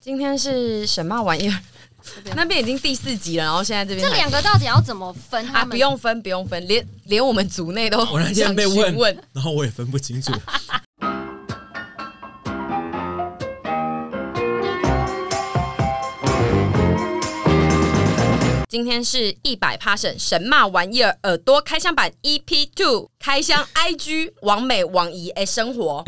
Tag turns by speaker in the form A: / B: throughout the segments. A: 今天是什么玩意儿？那边已经第四集了，然后现在这边
B: 这
A: 还
B: 两个到底要怎么分？他
A: 啊，
B: 们
A: 不用分，不用分，连连我们组内都
C: 我那天被
A: 想询
C: 问
A: 问，
C: 然后我也分不清楚。
A: 今天是一百 passion 神骂玩意儿耳朵开箱版 EP two 开箱 IG 王美王姨诶生活。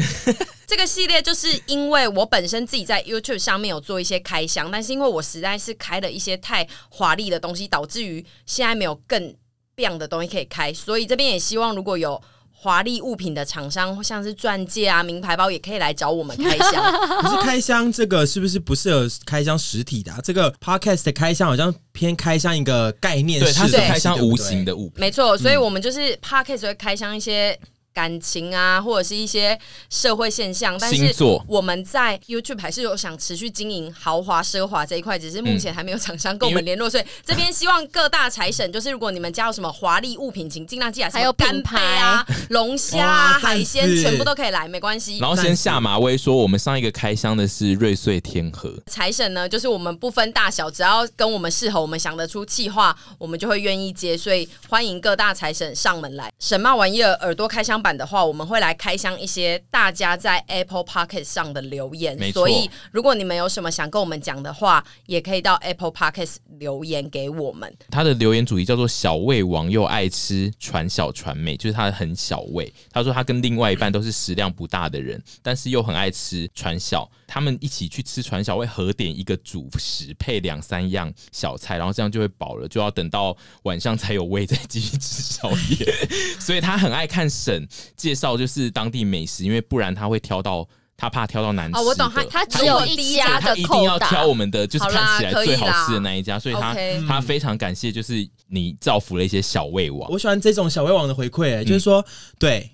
A: 这个系列就是因为我本身自己在 YouTube 上面有做一些开箱，但是因为我实在是开了一些太华丽的东西，导致于现在没有更 b 的东西可以开，所以这边也希望如果有华丽物品的厂商，像是钻戒啊、名牌包，也可以来找我们开箱。
C: 可是开箱这个是不是不适合开箱实体的、啊？这个 podcast 的开箱好像偏开箱一个概念式
D: 对，
C: 的
D: 它
C: 东西，
D: 是开箱
C: 对不
D: 无
C: 对
D: 形。的物品。
A: 没错，所以我们就是 p a r k a s 会开箱一些感情啊，或者是一些社会现象，但
D: 星
A: 是
D: 座
A: 我们在 YouTube 还是有想持续经营豪华奢华这一块，只是目前还没有厂商跟我们联络，所以这边希望各大财神，就是如果你们家有什么华丽物品，请尽量寄来，什
B: 还有
A: 么干
B: 品
A: 贝
B: 牌
A: 啊、龙虾啊、
C: 哇
A: 海鲜
C: 赞，死
A: 全部都可以来，没关系。
D: 然后先下马威说，我们上一个开箱的是瑞穗天河，
A: 财神呢，就是我们不分大小，只要跟我们适合，我们想得出气话，我们就会愿意接。所以欢迎各大财神上门来。神骂玩意儿耳朵开箱版的话，我们会来开箱一些大家在 Apple Pocket 上的留言。
D: 没错
A: 所以如果你们有什么想跟我们讲的话，也可以到 Apple Pocket 留言给我们。
D: 他的留言主题叫做“小胃王又爱吃传小传美”，就是他很小胃。他说他跟另外一半都是食量不大的人，但是又很爱吃传小。他们一起去吃传小，会合点一个主食配两三样小菜，然后这样就会饱了，就要等到晚上才有胃再继续吃宵夜。 所以他很爱看沈介绍就是当地美食，因为不然他会挑到他怕挑到难吃的。
A: 哦，我懂，他
B: 他
A: 他
B: 啊只有
A: 如果第
B: 一
A: 家
B: 家
D: 他
B: 的
D: 一定
B: 扣
D: 要
B: 打，
D: 挑我们的，就是
A: 好啦
D: 看起来
A: 可以
D: 最好
A: 啦
D: 吃的那一家，所以他
A: OK
D: 他非常感谢，就是你造福了一些小胃王。
C: 我喜欢这种小胃王的回馈、
D: 嗯
C: 就是说，对，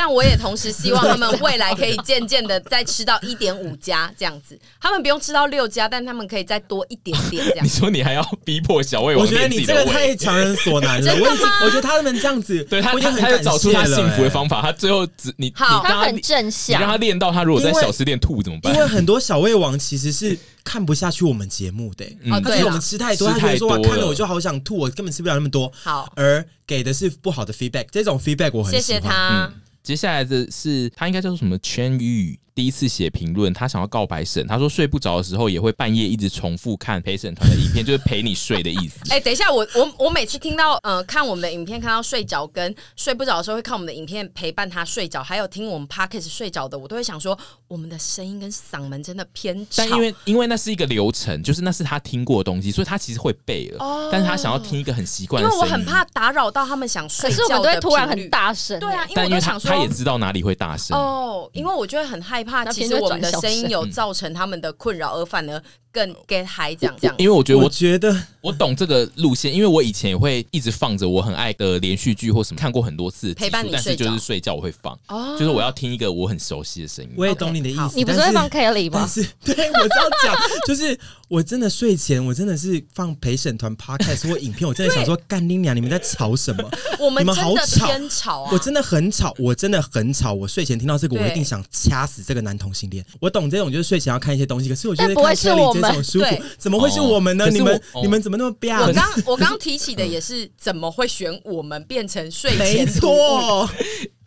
A: 但我也同时希望他们未来可以渐渐的再吃到一点五家这样子，他们不用吃到六家，但他们可以再多一点点这样
D: 你。说你还要逼迫小胃王
C: 我觉得
D: 练自
C: 你
D: 己
C: 这
D: 的
C: 个
D: 胃，
C: 太强人所 难了。
A: 真的
C: 我已经
A: 吗，
C: 我觉得他们这样子，
D: 对他
C: 我已经
D: 他
C: 很
D: 他
C: 感
D: 就
C: 谢
D: 找出他幸福的
C: 了欸
D: 方法，他最后只你你
A: 好
D: 让
B: 他
D: 他
B: 很正
D: 你让他
B: 向。
D: 练到他如果在
C: 因为
D: 小吃店吐怎么
C: 因
D: 办？
C: 为很多小胃王其实是看不下去我们节目的、欸，
A: 哦，
D: 嗯
C: 而
A: 对
C: 且我
A: 了
C: 们，吃太多，
D: 吃
C: 他觉得说哇
D: 太，多了
C: 看了我就好想吐，我根本吃不了那么多，
A: 好，
C: 而给的是不好的 feedback，这种 feedback 我很
A: 谢
C: 喜
A: 谢
C: 欢。
A: 他。
D: 接下来的是他应该叫做什么？圈玉第一次写评论，他想要告白沈，他说睡不着的时候也会半夜一直重复看陪审团的影片，就是陪你睡的意思。
A: 哎、等一下，我我我每次听到呃看我们的影片看到睡着跟睡不着的时候，会看我们的影片陪伴他睡着，还有听我们 podcast 睡着的，我都会想说，我们的声音跟嗓门真的偏吵。
D: 但因为因为那是一个流程，就是那是他听过的东西，所以他其实会背了。
A: 哦
D: 但是他想要听一个很习惯
A: 因
D: 的
A: 为
D: 声音，
A: 我很怕打扰到他们想睡
B: 可是我
A: 觉
B: 们都会
A: 的
B: 突然
A: 频率
B: 很。大声，欸
A: 对啊，，因为
D: 但
A: 我
D: 因
A: 都
D: 为他
A: 想说
D: 他也知道哪里会大声。
A: 哦，因为我就会很害怕，
B: 那
A: 其
B: 偏
A: 实
B: 就
A: 我们的
B: 转小
A: 声音
B: 声
A: 有造成他们的困扰，而反而更 get high 这样这样。
D: 因为我觉嗯得
C: 我
D: 我
C: 觉得
D: 我懂这个路线，因为我以前也会一直放着我很爱的连续剧或什么，看过很多次的集数，
A: 陪伴你
D: 但
A: 睡
D: 是
A: 着
D: 就是睡觉我会放，
A: 哦
D: 就是我要听一个我很熟悉的声音。
C: 我也懂你的意思
A: OK，好
B: 你不是会放 Kelly
C: 但
B: 吗？
C: 是， 但是对我这样讲，就是我真的睡前，我真的是放陪审团 podcast 或影片，我真的想说，干你娘，你们在吵什么？
A: 我们
C: 你们
A: 真的
C: 好吵
A: 偏吵啊！
C: 我真的很吵，我真的很吵。我睡前听到这个，
A: 对
C: 我一定想掐死这个男同性恋。我懂这种就是睡前要看一些东西，可是我觉
B: 但
C: 得
B: 不会
C: 看
B: 是
C: 车里
B: 我
C: 这
B: 们
C: 种舒
A: 对
C: 服，怎么会是我们呢？
D: 哦可是
C: 你
D: 我
C: 们
D: 哦
C: 你们怎么那么彪？
A: 我刚我刚提起的也是，怎么会选我们变成睡
C: 没
A: 前读物？
C: 错，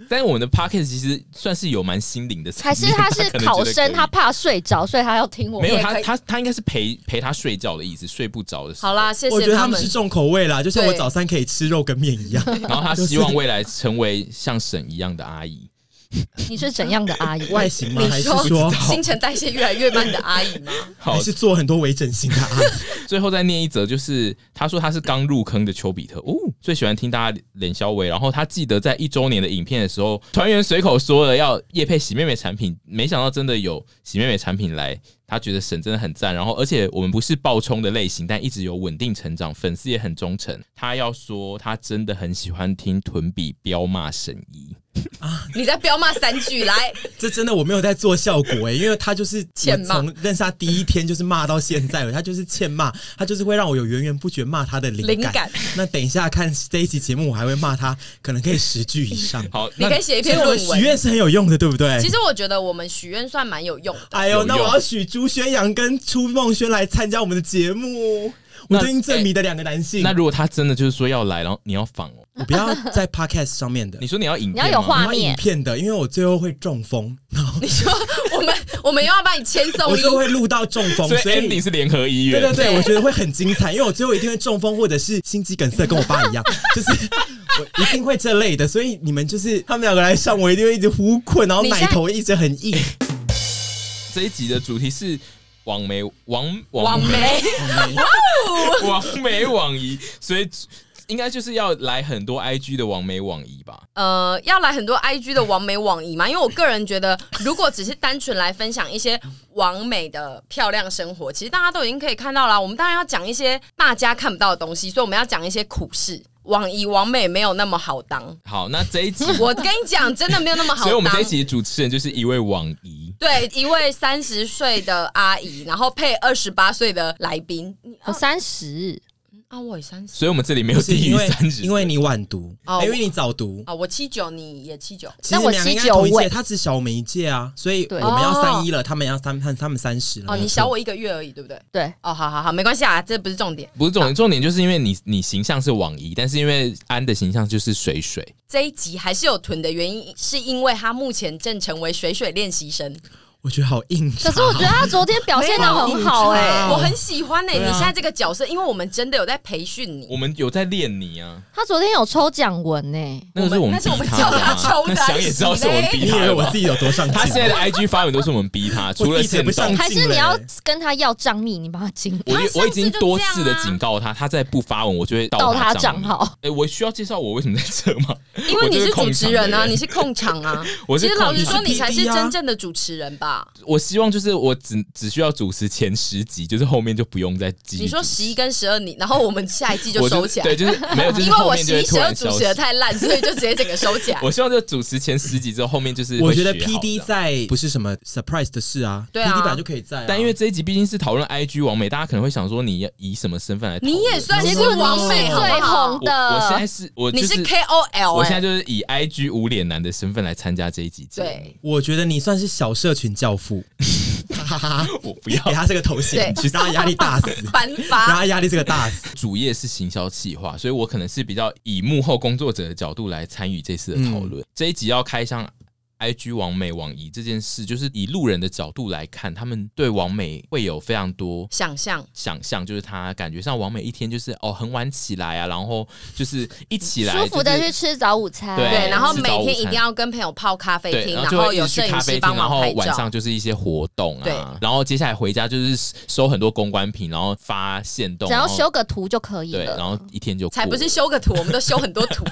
D: 但是我们的 podcast 其实算是有蛮心灵的层面，
B: 还是他 是
D: 可能觉得
B: 考
D: 可
B: 生，
D: 以
B: 他怕睡着，所以他要听我
D: 没
B: 们。
D: 有
A: 也可
D: 他
A: 以
D: 他他应该是陪陪他睡觉的意思，睡不着的时候。
A: 好啦，谢
C: 我觉
A: 谢
C: 得他
A: 们
C: 们是。重口味啦，就像我
A: 对
C: 早餐可以吃肉跟面一样。
D: 然后他希望未来成为像沈一样的阿姨。
B: 你是怎样的阿 姨？
C: 外形吗？
A: 你
C: 还是
A: 说
C: 说
A: 新陈代谢越来越慢的阿姨 吗？
D: 好
C: 还，是做很多微整形 的啊？
D: 最后再念一则，就是他说他是刚入坑的丘比特，哦，最喜欢听大家脸消微，然后他记得在一周年的影片的时候，团员随口说了要夜配喜妹妹产品，没想到真的有喜妹妹产品来，他觉得沈真的很赞，然后而且我们不是爆冲的类型，但一直有稳定成长，粉丝也很忠诚。他要说他真的很喜欢听屯比彪骂沈一，
A: 你在彪骂三句来，
C: 这真的我没有在做效果哎、因为他就是
A: 欠骂
C: 我从认识他第一天就是骂到现在了，他就是欠骂，他就是会让我有源源不绝骂他的灵感。
A: 灵感
C: 那等一下看这一期节目，我还会骂他，可能可以十句 以上。
D: 好，
A: 你
D: 那
A: 可以写一
C: 所以
A: 篇
C: 我
A: 论
C: 许愿
A: 文。
C: 是很有用的，对不对？
A: 其实我觉得我们许愿算蛮有用的，
C: 哎呦，
D: 有
C: 那我
D: 用
C: 要许朱宣阳跟初梦轩来参加我们的节目。我
D: 那
C: 最近最迷的两个男性，
D: 那如果他真的就是说要来，然后你要仿哦，
C: 我不要在 podcast 上面的，
D: 你说你要影片
B: 你
D: 吗，
B: 要有
C: 我
B: 画
C: 要影
B: 面，
C: 片的，因为我最后会中风，然后
A: 你说我们我们又要把你签送
C: 我
A: 医
C: 最，后会录到中风，
D: 所以
C: 所以
D: ending 是联合医院，
C: 对对对，我觉得会很精彩，因为我最后一定会中风或者是心肌梗塞，跟我爸 一样，就是我一定会这类的。所以你们就是他们两个来上，我一定会一直呼困，然后
A: 你现
C: 奶
A: 在
C: 头一直很硬。
D: 这一集的主题是网媒网
A: 网媒
D: 网媒网仪，所以应该就是要来很多 IG 的网媒网仪吧。
A: 呃要来很多 IG 的网美网姨嘛，因为我个人觉得，如果只是单纯来分享一些网美的漂亮生活，其实大家都已经可以看到啦。我们当然要讲一些大家看不到的东西，所以我们要讲一些苦事。网姨网美没有那么好当，
D: 好，那这 一集，
A: 我跟你讲，真的没有那么好
D: 所以我们
A: 当
D: 这一。集主持人就是一位网仪。
A: 对，一位三十岁的阿姨，然后配二十八岁的来宾。你
B: 我哦三十，
A: 啊，我也三十
D: 所以我们这 里没有
C: 是
D: 低
C: 因
D: 于
C: 为
D: 三十，
C: 因为你晚读，
A: 哦
C: 哎因为你早读。
A: 啊，我七九，你也七九。
C: 其实你们两个应该
B: 但我
C: 同
B: 79
C: 一届，
B: 位
C: 他只小我们一届啊，所以我
B: 对
C: 们要
A: 哦
C: 三一了，他们要三，他他们三十了。
D: 嗯
A: 哦，你小我一个月而已，对不对？
B: 对，
A: 哦，好好好，没关系啊，这不是重点。
D: 不是重点，重点就是因为你你形象是网仪，但是因为安的形象就是水水，
A: 这一集还是有囤的原因，是因为他目前正成为水水练习生，
C: 我觉得好硬啊
B: 可
C: 插。
B: 是我觉 得他昨天哦表现的很好哎、
C: 没有哦
A: 我很喜欢呢、
D: 对啊
A: 你现在这个角色，因为我们真的有在培训
D: 我
A: 你。
D: 们有在练你啊，
B: 他昨天有抽奖文哎、
D: 那个是
A: 我
D: 我
A: 们
D: 们
A: 那是
D: 逼他的、
A: 我们叫他抽的
D: 那 想也知道是我们
C: 啊你
D: 逼
C: 以
D: 他
C: 为
D: 的
C: 我
D: 吧。
C: 自己有多上进？
D: 他现在的 IG 发文都是我们逼他，除
C: 我
D: 了
C: 自己
D: 现
C: 也不上
D: 动，
B: 还是你
C: 进了
B: 要
C: 欸
B: 跟他要账密，你帮他经营
D: 我
A: 他上次
D: 我已经
A: 就
D: 多
A: 这样啊
D: 次的警告他，他再不发文，我就会
B: 到
D: 盗
B: 他
D: 账
B: 账
D: 号。
B: 号。
D: 哎、我需要介绍我为什么在这吗？
A: 因为你
D: 我就是是
A: 主
D: 控
A: 持
D: 场的
A: 人啊，
D: 人
A: 你是控场啊。
D: 我是
A: 其实老实
D: 控场
A: 说，你才是
C: PD 啊
A: 真正的主持人吧？
D: 我希望就是我只只需要主持前十集，就是后面就不用再记。
A: 你说十一跟十二，你然后我们下一季就
D: 我
A: 收起来
D: 对，。就是没 有，就是
A: 因为
D: 后
A: 我
D: 面
A: 十
D: 就会
A: 一、
D: 突
A: 十二
D: 然
A: 主
D: 消
A: 持
D: 失
A: 的。太烂，所以就直接整个收起来。
D: 我希望就主持前十集之后，后面就是
C: 我
D: 会
C: 觉得
D: 学好
C: P D
D: 的。
C: 在啊不是什么 surprise 的事啊，
A: 对啊
C: p D 本来就可以在啊、
D: 但因为这一集毕竟是讨论 IG 王美，大家可能会想说你要以什么身份来讨论？
A: 你也算
B: 结
A: 是
B: 果你
A: 王美
B: 是
A: 好不
B: 最
A: 好
B: 红
D: 我我现在
B: 的，
D: 是我、就
A: 你
D: 是
A: 是 KOL，
D: 我
A: 哎
D: 现在就是以 IG 无脸男的身份来参加这一集节目。
A: 对，
C: 我觉得你算是小社群教父，哈哈哈，
D: 我不要
C: 给他这个头衔，
A: 欸对
C: 其实他压力大 死，
A: 颁
C: 让
A: 发
C: 他压力这个大死。
D: 主业是行销企划，所以我可能是比较以幕后工作者的角度来参与这次的讨
A: 嗯
D: 论。这一集要开箱 IG 王美网仪这件事，就是以路人的角度来看，他们对王美会有非常多。
A: 想象。
D: 想象就是她感觉上王美一天就是哦很晚起来啊，然后就是一起来、
B: 舒服的
D: 就
B: 去
D: 是
B: 吃早午餐。
D: 对
A: 对，然后
D: 吃
A: 每
D: 早午
A: 天一定
D: 餐
A: 要跟朋友泡咖啡
D: 对，
A: 厅，
D: 然
A: 然
D: 后就会
A: 后
D: 一直
A: 有摄
D: 去咖
A: 影
D: 啡
A: 师
D: 厅，
A: 帮
D: 然
A: 忙
D: 后
A: 拍
D: 晚
A: 照
D: 上。就是一些活动
A: 对
D: 啊，然后接下来回家就是收很多公关品，然后发现动，
B: 只要
D: 然后
B: 修个图就可以
D: 对，然
B: 了。
D: 后一天就
A: 才
D: 过
A: 不是
D: 了
A: 修个图，我们都修很多 图，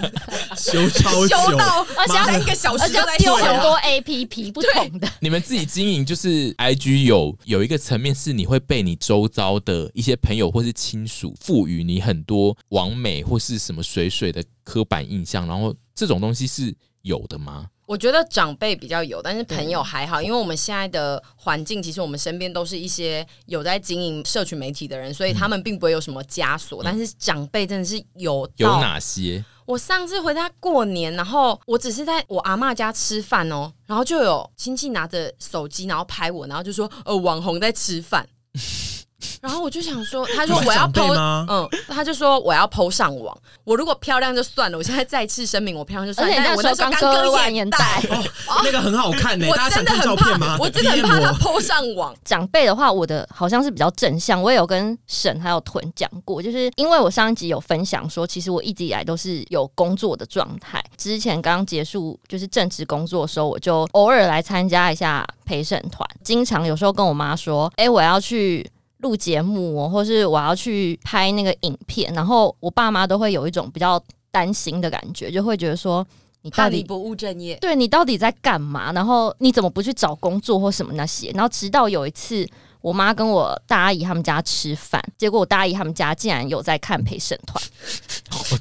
C: 修超久，
A: 修到
B: 而且要
A: 三个小
B: 而
A: 时
B: 且
A: 都
B: 要
A: 在
B: 丢
A: 修。
B: 很多 A P P 不同的，
D: 你们自己经营，就是 IG 有有一个层面是你会被你周遭的一些朋友或是亲属赋予你很多完美或是什么水水的刻板印象，然后这种东西是有的吗？
A: 我觉得长辈比较有，但是朋友还好，因为我们现在的环境，其实我们身边都是一些有在经营社群媒体的人，所以他们并不会有什么枷锁。但是长辈真的是有
D: 有
A: 到
D: 哪些？
A: 我上次回家过年，然后我只是在我阿嬷家吃饭哦，然后就有亲戚拿着手机，然后拍我，然后就说：“呃，网红在吃饭。”然后我就想说，他说
C: 这是
A: 我要
C: 长辈
A: 剖，
C: 吗
A: 嗯，他就说我要剖上网。我如果漂亮就算了，我现在再次声明我漂亮就
B: 而
A: 算了，
B: 且
A: 但
B: 那
A: 我
B: 时候
A: 时候
B: 刚
A: 刚
B: 割
A: 割
B: 腕
A: 眼
B: 眼袋。
C: 那个很好看呢、
A: 我
C: 大家
A: 真
C: 想
A: 的
C: 看
A: 很
C: 照
A: 怕，
C: 片吗？
A: 我真的很怕
C: DM
A: 他
C: 我
A: 剖上 网。
B: 长辈的话，我的好像是比较正向，我也有跟沈还有屯讲过，就是因为我上一集有分享说，其实我一直以来都是有工作的状态。之前刚结束就是正职工作的时候，我就偶尔来参加一下陪审团，经常有时候跟我妈说，哎、我要去。录节目、哦，或是我要去拍那个影片，然后我爸妈都会有一种比较担心的感觉，就会觉得说你
A: 怕
B: 到
A: 你
B: 底
A: 不务正业，
B: 对你到底在干嘛？然后你怎么不去找工作或什么那些？然后直到有一次，我妈跟我大阿姨他们家吃饭，结果我大阿姨他们家竟然有在看陪审团，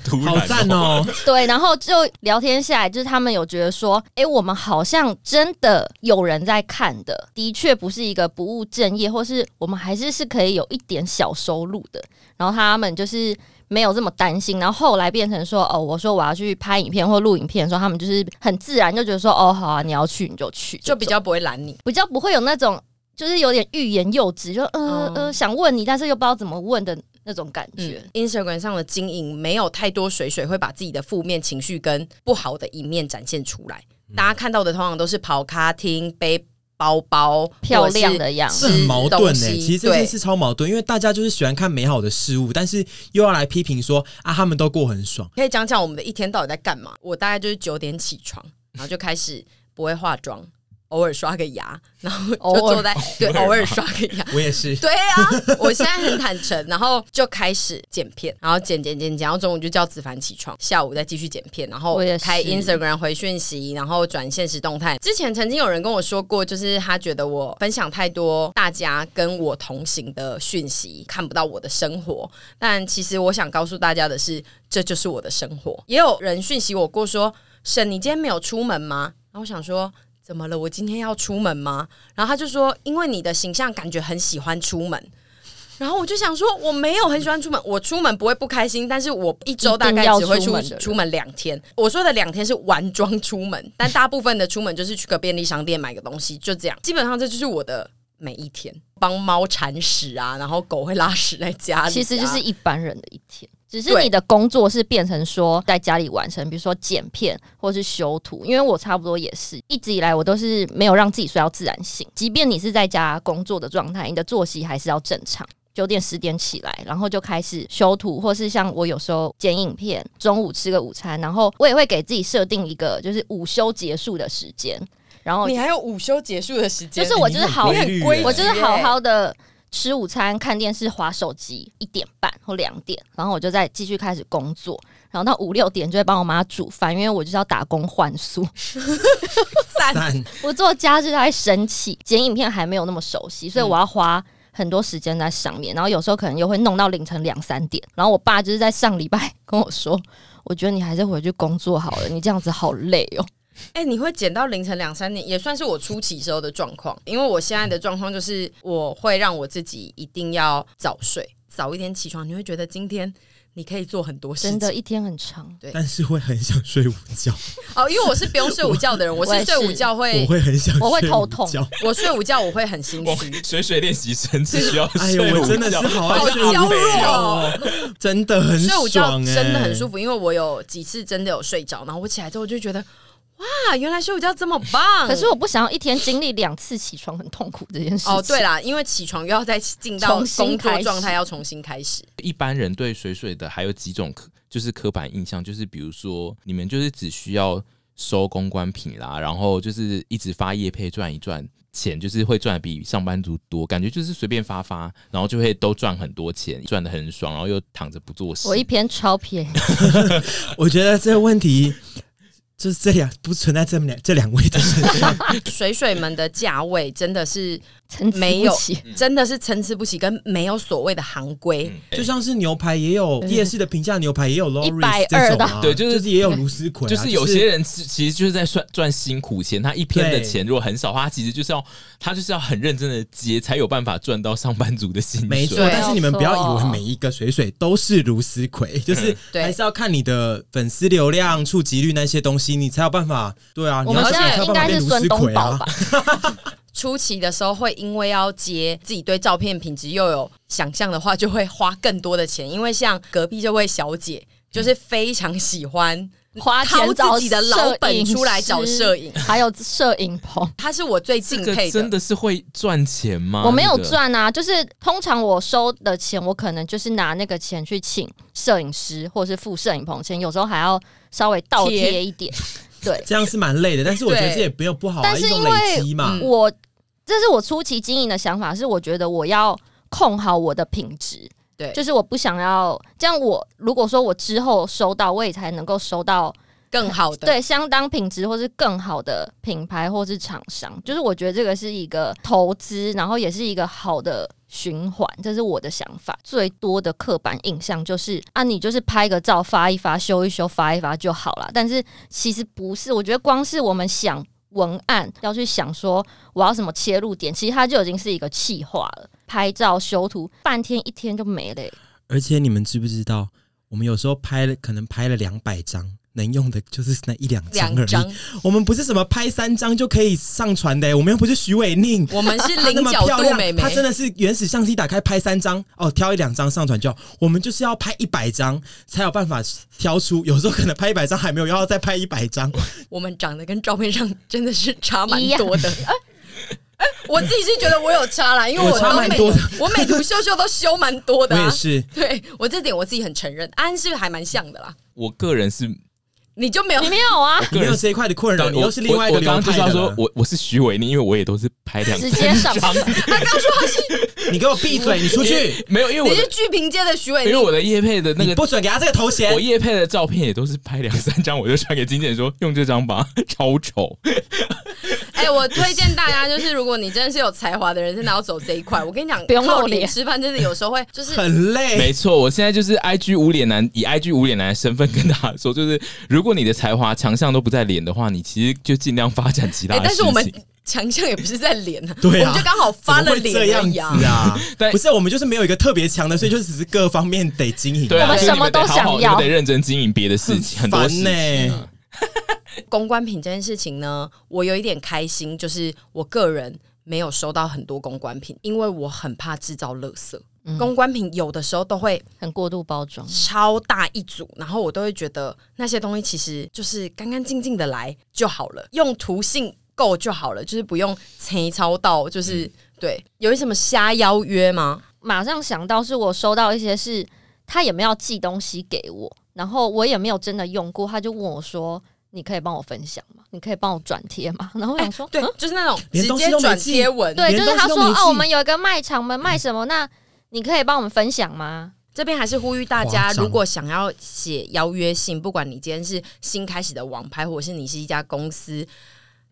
D: 突然、
C: 好赞！哦！
B: 对，然后就聊天下来，就是他们有觉得说，哎、我们好像真的有人在看的，的确不是一个不务正业，或是我们还是是可以有一点小收入的。然后他们就是没有这么担心，然后后来变成说，哦，我说我要去拍影片或录影片的时候，他们就是很自然就觉得说，哦，好啊，你要去你就去，
A: 就比较不会拦你。
B: 比较不会有那种就是有点欲言又止，就呃
A: 嗯
B: 呃想问你，但是又不知道怎么问的那种感觉。
A: 嗯，Instagram 上的经营没有太多水水会把自己的负面情绪跟不好的一面展现出来。大家看到的通常都是跑咖厅、背包包、
B: 漂亮的样
A: 或
B: 子
A: 者
C: 这
A: 是
C: 很矛盾
A: 吃
C: 呢、
A: 东西
C: 其实这件
A: 对
C: 事超矛盾，因为大家就是喜欢看美好的事物，但是又要来批评说啊，他们都过很爽。
A: 可以讲讲我们的一天到底在干嘛？我大概就是九点起床，然后就开始不会化妆，偶尔刷个牙，然后
B: 偶
A: 就
B: 尔
A: 坐在对偶尔刷个牙。
C: 我也是，
A: 对啊，我现在很坦诚，然后就开始剪片，然后剪剪剪剪，然后中午就叫子凡起床，下午再继续剪片，然后
B: 我也是
A: 开 Instagram 回讯息，然后转现实动态。之前曾经有人跟我说过，就是他觉得我分享太多大家跟我同行的讯息，看不到我的生活。但其实我想告诉大家的是，这就是我的生活。也有人讯息我过说：“沈，你今天没有出门吗？”然后我想说。怎么了？我今天要出门吗？然后他就说，因为你的形象感觉很喜欢出门。然后我就想说，我没有很喜欢出门，我出门不会不开心，但是我一周大概只会
B: 一定
A: 出
B: 要出门的人
A: 出门两天。我说的两天是玩妆出门，但大部分的出门就是去个便利商店买个东西，就这样。基本上这就是我的每一天，帮猫铲屎啊，然后狗会拉屎在家里啊、
B: 其实就是一般人的一天。只是
A: 对
B: 你的工作是变成说在家里完成，比如说剪片或是修图，因为我差不多也是一直以来我都是没有让自己睡到自然醒，即便你是在家工作的状态，你的作息还是要正常。九点十点起来，然后就开始修图，或是像我有时候剪影片，中午吃个午餐，然后我也会给自己设定一个就是午休结束的时间，然后
A: 你还有午休结束的时间，
B: 就是我就是好
C: 你很规律耶
B: 我就是好好的吃午餐、看电视、划手机，一点半或两点，然后我就再继续开始工作，然后到五六点就会帮我妈煮饭，因为我就是要打工换宿。
A: 赞
C: 赞，
B: 我做家事她会生气，剪影片还没有那么熟悉，所以我要花。很多时间在上面，然后有时候可能又会弄到凌晨两三点。然后我爸就是在上礼拜 跟我说：“我觉得你还是回去工作好了，你这样子好累哦。
A: 哎、你会剪到凌晨两三点，也算是我初期时候的状况。因为我现在的状况就是，我会让我自己一定要早睡，早一点起床，你会觉得今天你可以做很多”事
B: 真的，
A: 情。
B: 一天很长。
C: 但是会很想睡午觉，
A: 哦，因为我是不用睡午觉的人， 我
B: 我也
A: 是
B: 是
A: 睡午觉
C: 我
A: 会，
C: 会很想睡午觉，
B: 我会头痛
A: 我睡午觉我会很心
D: 我
A: 虚。
D: 水水练习生只需要
C: 哎
D: 睡
C: 呦，
D: 午
C: 我真的
D: 觉
C: 是好爱
A: 好
C: 睡午
A: 娇弱
C: 觉
A: 哦
C: 哦，真的很
A: 睡午觉
C: 爽哎、
A: 真的很舒服，因为我有几次真的有睡着，然后我起来之后就觉得，哇，原来睡午觉这么棒。
B: 可是我不想要一天经历两次起床很痛苦这件事情。
A: 哦，对啦，因为起床又要再进到
B: 重新
A: 工
B: 开
A: 作
B: 始
A: 状态，要重新开始。
D: 一般人对水水的还有几种刻就是刻板印象，就是比如说你们就是只需要收公关品啦，然后就是一直发业配赚一赚钱，就是会赚得比上班族多，感觉就是随便发发，然后就会都赚很多钱，赚的很爽，然后又躺着不做事
B: 我。一篇超 便宜，
C: 我觉得这个问题就是这两不存在这两这两位的身上，
A: 水水们的价位真的是
B: 参差
A: 没
B: 不
A: 有
B: 齐，
A: 真的是参差不齐，跟没有所谓的行规。
C: 就像是牛排也有夜市的平价牛排也有
B: 120
C: Loris 这种啊，
B: 的
D: 对就
C: 嗯
D: 是
C: 就是也有卢思奎啊、
D: 就是有些人是其实就是在赚赚辛苦钱，他一篇的
C: 对
D: 钱如果很少的话，他其实就是要他就是要很认真的接，才有办法赚到上班族的薪水。
C: 没错，
A: 对
C: 但是你们不要以为每一个水水都是卢思奎，就是
A: 对
C: 还是要看你的粉丝流量、触及率那些东西，你才有办法。对啊，
B: 我们
C: 你要
B: 现
C: 想
B: 在
C: 才有
B: 应
C: 办法
B: 该
C: 变
B: 是
C: 卢思
B: 孙东
C: 奎
B: 宝
C: 啊
B: 吧？？
A: 初期的时候会因为要接自己对照片品质又有想象的话，就会花更多的钱。因为像隔壁这位小姐，就是非常喜欢
B: 花钱
A: 掏
B: 找
A: 自己的老本出来找摄
B: 影
A: 影
B: 师，还有摄影棚。
A: 她是我最敬
D: 这
A: 佩
D: 个真
A: 的。
D: 的是会赚钱吗？
B: 我没有
D: 那个
B: 赚啊，就是通常我收的钱，我可能就是拿那个钱去请摄影师，或是付摄影棚钱，有时候还要稍微倒贴一点。对，
C: 这样是蛮累的，但是我觉得
A: 对
C: 这也没有不好啊，
B: 但
C: 一
B: 是
C: 种
B: 因为
C: 累积嘛
A: 嗯。
B: 我这是我初期经营的想法，是我觉得我要控好我的品质，
A: 对
B: 就是我不想要这样我。如果说我之后收到，我也才能够收到
A: 更好的。
B: 对相当品质或是更好的品牌或是厂商，就是我觉得这个是一个投资，然后也是一个好的循环，这是我的想法。最多的刻板印象就是啊，你就是拍个照发一发，修一修发一发就好了。但是其实不是，我觉得光是我们想文案要去想说我要什么切入点，其实它就已经是一个气化了。拍照修图半天一天就没了耶、
C: 而且你们知不知道，我们有时候拍了，可能拍了两百张，能用的就是那一两张而
A: 两张
C: 已。，我们不是什么拍三张就可以上传的、我们又不是徐伟宁。
A: 我们是
C: 她那
A: 零
C: 么
A: 角
C: 漂
A: 度美
C: 亮，
A: 眉
C: 她，真的是原始相机打开拍三张哦，挑一两张上传就好。我们就是要拍一百张才有办法挑出，有时候可能拍一百张还没有，要再拍一百张。
A: 我们长得跟照片上真的是差蛮
B: 一样
A: 多 的。哎哎我自己是觉得我有差啦，因为
C: 我差
A: 都
C: 蛮
A: 美
C: 多的
A: 我美图秀秀都修蛮多
C: 我
A: 的、
C: 也
A: 啊。
C: 是，
A: 对我这点我自己很承认，安是不是还蛮像的啦？
D: 我个人是
A: 你就没有
B: 你没有啊
D: 我？
C: 你
D: 个
C: 没有
D: 人
C: 这一块的困扰，
D: 对
C: 你又是另外一个
D: 我我我
C: 流
D: 刚刚就
C: 派
D: 是
C: 的
D: 要
C: 了。
D: 说，我我是徐伟宁，因为我也都是拍两
B: 直接上
D: 张，
C: 你给我闭嘴，你出去，
D: 没有，因为
A: 你
D: 我
A: 是
D: 的
A: 剧评界的徐伟
D: 因为
A: 宁，
D: 我的叶配的那
C: 你
D: 个。
C: 不准给他这个头衔
D: 我。叶配的照片也都是拍两三张，我就传给经纪人说用这张吧， 超丑。
A: 哎、我推荐大家，就是如果你真的是有才华的人，真的要走这一块。我跟你讲，
B: 不用
A: 靠
B: 露
A: 脸
B: 脸
A: 吃饭，真的有时候会就是
C: 很累
D: 没，错，我现在就是 IG 无脸男，以 IG 无脸男的身份跟大家说，就是如果你的才华强项都不在脸的话，你其实就尽量发展其他
A: 哎、
D: 的
A: 但
D: 事
A: 是
D: 情。
A: 我们强项也不是在脸、啊，
C: 对啊
A: 我们就刚好
C: 怎
A: 发
C: 么
A: 了
C: 会这
A: 脸而
C: 样
A: 已
C: 子
A: 啊。
C: 啊？
D: 但
C: 不是，我们就是没有一个特别强的，所以就只是各方面得经营。
D: 对啊，
B: 我们
D: 所以
B: 什
D: 你
B: 么
D: 得
B: 都
D: 好
B: 想
D: 好你们
B: 要
D: 得认真经营别的事
C: 很
D: 情，啊很多
C: 烦欸
D: 事
C: 呢、
D: 情。
A: 公关品这件事情呢，我有一点开心，就是我个人没有收到很多公关品，因为我很怕制造垃圾。公关品有的时候都会
B: 很过度包装。
A: 超大一组，然后我都会觉得那些东西其实就是干干净净的来就好了，用途性够就好了，就是不用催操到，就是、
C: 嗯
A: 对，有一什么瞎邀约吗？
B: 马上想到是我收到一些是他也没有寄东西给我，然后我也没有真的用过，他就问我说：“你可以帮我分享吗？你可以帮我转贴吗？” 然后我想说，
A: 哎对
B: 嗯，
A: 就是那种
C: 连
A: 直
C: 东西
A: 接
C: 都没
A: 转
C: 寄
A: 贴文，
B: 对，
C: 连
B: 就是他
C: 东西都
B: 说
C: 没寄
B: 哦，我们有一个卖场，我们卖什么？那你可以帮我们分享吗？
A: 这边还是呼吁大家
C: 夸，张
A: 如果想要写邀约信，不管你今天是新开始的网拍，或者是你是一家公司，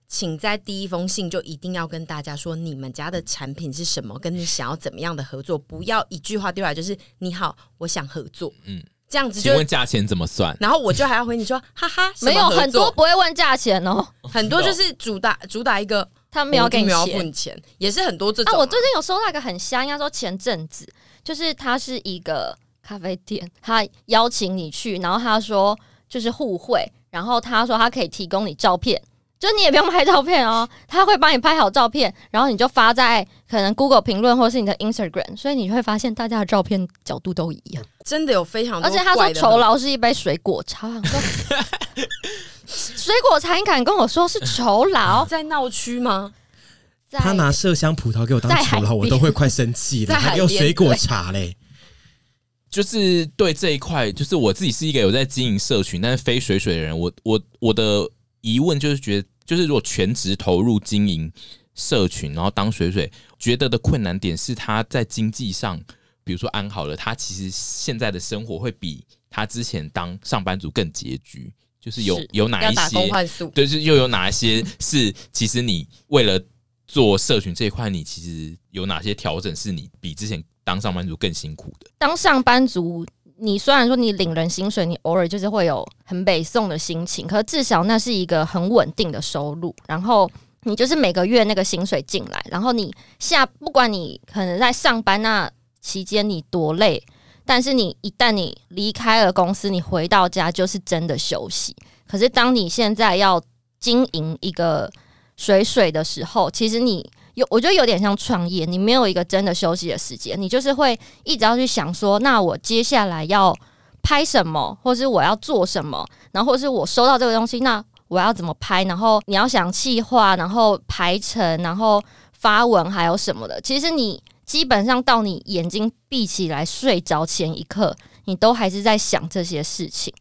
A: 请在第一封信就一定要跟大家说你们家的产品是什么，跟你想要怎么样的合作，不要一句话丢来就是“你好，我想合作”，嗯
D: 嗯，
A: 这样子就
D: 请。问价钱怎么算？
A: 然后我就还要回你说，哈哈，什么
B: 没有，
A: 合
B: 很
A: 作
B: 多不会问价钱哦，
A: 很多就是主打主打一个
B: 他没有给
A: 我就
B: 你
A: 没有要
B: 钱
A: 付你钱，也是很多这种、
B: 啊，我最近有收到一个很瞎，应该说前阵子，就是他是一个咖啡店，他邀请你去，然后他说就是互惠，然后他说他可以提供你照片，就你也不用拍照片哦， 他会帮你拍好照片，然后你就发在可能 Google 评论或是你的 Instagram，所以你会发现大家的照片角度都一样，
A: 真的有非常多
B: 而且他
A: 怪
B: 说
A: 的
B: 酬劳是一杯水果茶，我想说 水果茶你敢跟我说是酬 劳？
A: 在闹区吗？
B: 在
C: 他拿麝香葡萄给我当
B: 在海
C: 酬劳，我都
B: 边
C: 会快生气了。
A: 在
C: 还
A: 海
C: 给我
A: 边
C: 水果
A: 对
C: 茶嘞，
D: 就是对这一块，就是我自己是一个有在经营社群，但是非水水的人，我我我的疑问就是觉得，就是如果全职投入经营社群，然后当水水，觉得的困难点是他在经济上，比如说安好了，他其实现在的生活会比他之前当上班族更拮据，就是有
B: 是
D: 有哪
A: 要
D: 一
A: 打工
D: 些
A: 换宿，
D: 对，就是又有哪一些是其实你为了做社群这一块，你其实有哪些调整是你比之前当上班族更辛苦的？
B: 当上班族，你虽然说你领人薪水，你偶尔就是会有很北宋的心情，可至少那是一个很稳定的收入。然后你就是每个月那个薪水进来，然后你下不管你可能在上班那期间你多累，但是你一旦你离开了公司，你回到家就是真的休息。可是当你现在要经营一个水水的时候，其实你有，我觉得有点像创业，你没有一个真的休息的时间，你就是会一直要去想说，那我接下来要拍什么，或是我要做什么，然后或是我收到这个东西，那我要怎么拍？然后你要想计划，然后排程，然后发文，还有什么的。其实你基本上到你眼睛闭起来睡着前一刻，你都还是在想这些事情。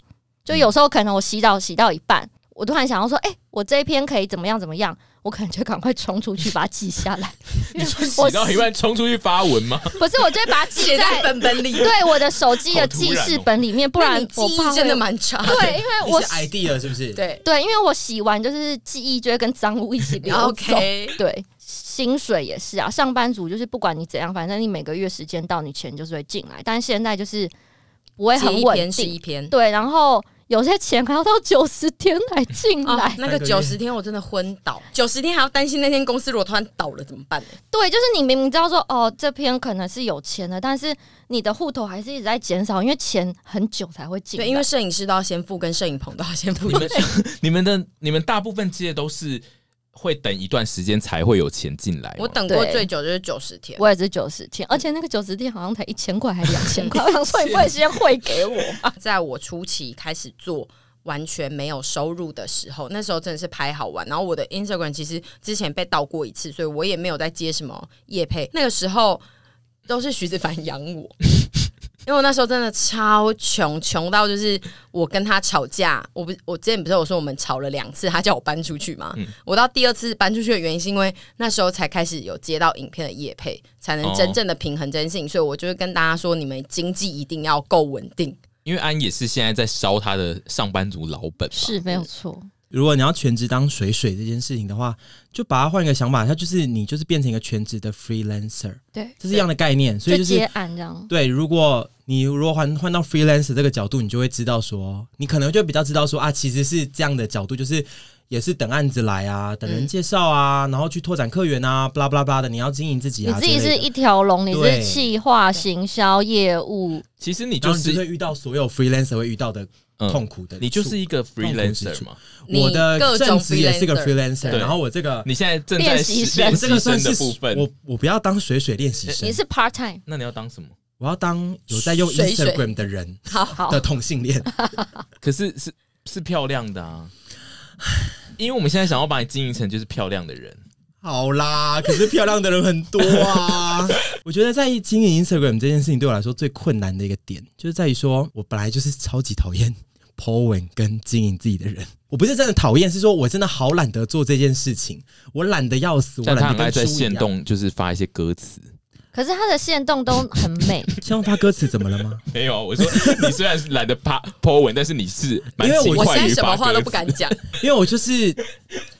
B: 就有时候可能我洗澡洗到一半，我突然想要说，哎、我这一篇可以怎么样怎么样，我可能就赶快冲出去把它记下来。
D: 你说洗到一半冲出去发文吗？
B: 不是，我就会把它记
A: 写在
B: 在
A: 本本里。
B: 对我的手机的
D: 好突然
B: 记
D: 哦
B: 事本里 面，不
A: 那
B: 然
A: 你记
B: 我怕
A: 忆
B: 会
A: 真的
B: 有
A: 蛮差的。
B: 对，因为
C: 我
B: 我
C: 是 idea 是不是？，
A: 对
B: 对，因为我洗完就是记忆就会跟脏污一起流走。
A: ，OK，
B: 对，薪水也是啊，上班族就是不管你怎样，反正你每个月时间到，你钱就是会进来。但现在就是不会
A: 记
B: 很
A: 一
B: 稳
A: 篇是一
B: 定，
A: 篇。
B: 对，然后有些钱还 要到九十天才进
A: 哦
B: 来。，
A: 那个
C: 三个月
A: 九十天我真的昏倒，九十天还要担心那天公司如果突然倒了怎么办呢？
B: 对，就是你明明知道说哦，这篇可能是有钱的，但是你的户头还是一直在减少，因为钱很久才会进来。
A: 对，因为摄影师都要先付，跟摄影棚都要先付
D: 你。 们你们的你们大部分接的都是会等一段时间才会有钱进来吗。
A: 我等过
B: 对
A: 最久就是九十天，
B: 我也是九十天，而且那个九十天好像才一千块还两千块，我想说你不会先汇给我吗？
A: 在我初期开始做。完全没有收入的时候，那时候真的是拍好玩。然后我的 Instagram 其实之前被盗过一次，所以我也没有在接什么夜配。那个时候都是徐子凡养我， 因为我那时候真的超穷，穷到就是我跟他吵架。我不，我之前不是有说我们吵了两次，他叫我搬出去嘛。我到第二次搬出去的原因是因为那时候才开始有接到影片的业配，才能真正的平衡这件事情。所以我就是跟大家说，你们经济一定要够稳定。
D: 因为安也是现在在烧他的上班族老本 嘛，
B: 是没有错，
C: 如果你要全职当水水这件事情的话，就把它换一个想法，它就是你就是变成一个全职的 freelancer，
B: 对，
C: 这是一样的概念。所以
B: 就
C: 就是
B: 接案这样。
C: 对，如果你如果换换到 freelancer 这个角度，你就会知道说，你可能就比较知道说啊，其实是这样的角度，就是也是等案子来啊，等人介绍啊，然后去拓展客源啊，巴拉巴拉巴拉的，你要经营自己
B: 你
C: 啊
B: 自
C: 之
B: 己
C: 类的，
B: 是一条龙，你
C: 对
B: 是企划、行销、业务，
D: 其实你
C: 然
D: 就
C: 后你就是
D: 是
C: 会遇到所有 freelancer 会遇到的
D: 嗯
C: 痛苦的处、
D: 你就是一个
C: 苦之
D: freelancer
C: 处
D: 嘛。
A: 你
C: 我的
A: 各
C: 正
A: 种
C: 职也是个
A: freelancer
C: freelancer，
D: 对
C: 然后我这个
D: 你现在正在
B: 练习生
D: 练
C: 我这个
D: 习
C: 算
D: 生
C: 是
D: 的部分，
C: 我我不要当水水练习生
B: 你，是 part time，
D: 那你要当什么？
C: 我要当有在用
A: 水水
C: Instagram 的人
A: 好，
B: 好
C: 的同性恋。
D: 可是是是漂亮的啊，因为我们现在想要把你经营成就是漂亮的人，
C: 好啦，可是漂亮的人很多啊。 我觉得在经营 Instagram 这件事情对我来说最困难的一个点，就是在于说我本来就是超级讨厌 po 文跟经营自己的人。我不是真的讨厌，是说我真的好懒得做这件事情，我懒得要死，我
D: 但他
C: 懒
D: 很
C: 得
D: 爱
C: 跟
D: 在
C: 猪一
D: 线
C: 样。
D: 动就是发一些歌词。
B: 可是他的线动都很 美，
C: 像发歌词怎么了吗？
D: 没有啊，我说你虽然是懒得发 po 文，但是你是蛮
C: 因为我
D: 勤
A: 我现
D: 快
A: 在
D: 于
A: 什么
D: 发
A: 话都
D: 歌
A: 不
D: 词。
A: 敢讲，
C: 因为我就是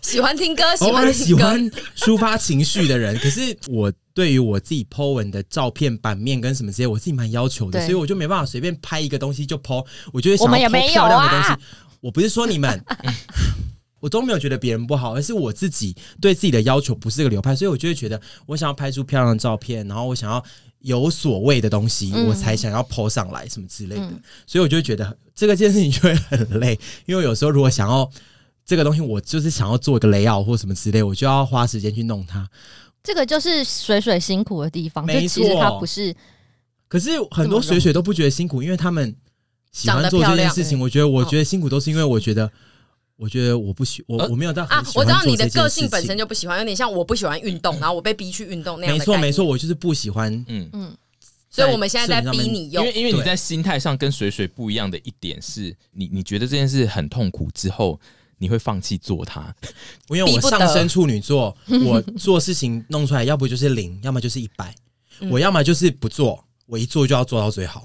A: 喜欢听歌，喜
C: 偶
A: 欢
C: 尔
A: 听
C: 哦喜
A: 歌，
C: 欢抒发情绪的人，可是我对于我自己 Po 文的照片版面跟什么这些，我自己蛮要求的，
B: 对
C: 所以我就没办法随便拍一个东西就 Po，我就会
B: 我
C: 想
B: 们也
C: 要 Po
B: 没有
C: 漂亮的东西。
B: 啊
C: 我不是说你们。我都没有觉得别人不好，而是我自己对自己的要求不是这个流派，所以我就会觉得我想要拍出漂亮的照片，然后我想要有所谓的东西，
B: 嗯
C: 我才想要 po 上来什么之类的。
B: 嗯
C: 所以我就会觉得这个件事情就会很累， 因为有时候如果想要这个东西，我就是想要做一个 layout 或什么之类，我就要花时间去弄它。
B: 这个就是水水辛苦的地方。就
C: 没
B: 其实
C: 错
B: 他不是
C: 可是很多水水都不觉得辛苦，因为他们喜
A: 长
C: 欢
A: 得
C: 做这
A: 漂
C: 件
A: 亮
C: 事情。我觉得，我
A: 哦
C: 觉得辛苦都是因为我觉得，我觉得我不喜我
D: 呃
C: 我没有到很
A: 啊，
C: 喜
A: 我
C: 欢
A: 知道
C: 做
A: 你的
C: 这件
A: 个
C: 事
A: 性本身
C: 情
A: 就不喜欢，有点像我不喜欢运动，然后我被逼去运动那样
C: 没
A: 的。
C: 错没错，，我就是不喜欢。
D: 嗯，
B: 嗯，
A: 所以我们现在在逼你
D: 因
A: 用
D: 为。因为你
C: 对
D: 在心态上跟水水不一样的一点是，你你觉得这件事很痛苦之后，你会放弃做它。
C: 因为我
A: 逼不得
C: 上升处 女座，我做事情弄出来，要不就是零，要么就是一百，
A: 嗯
C: 我要么就是不做，我一做就要做到最好。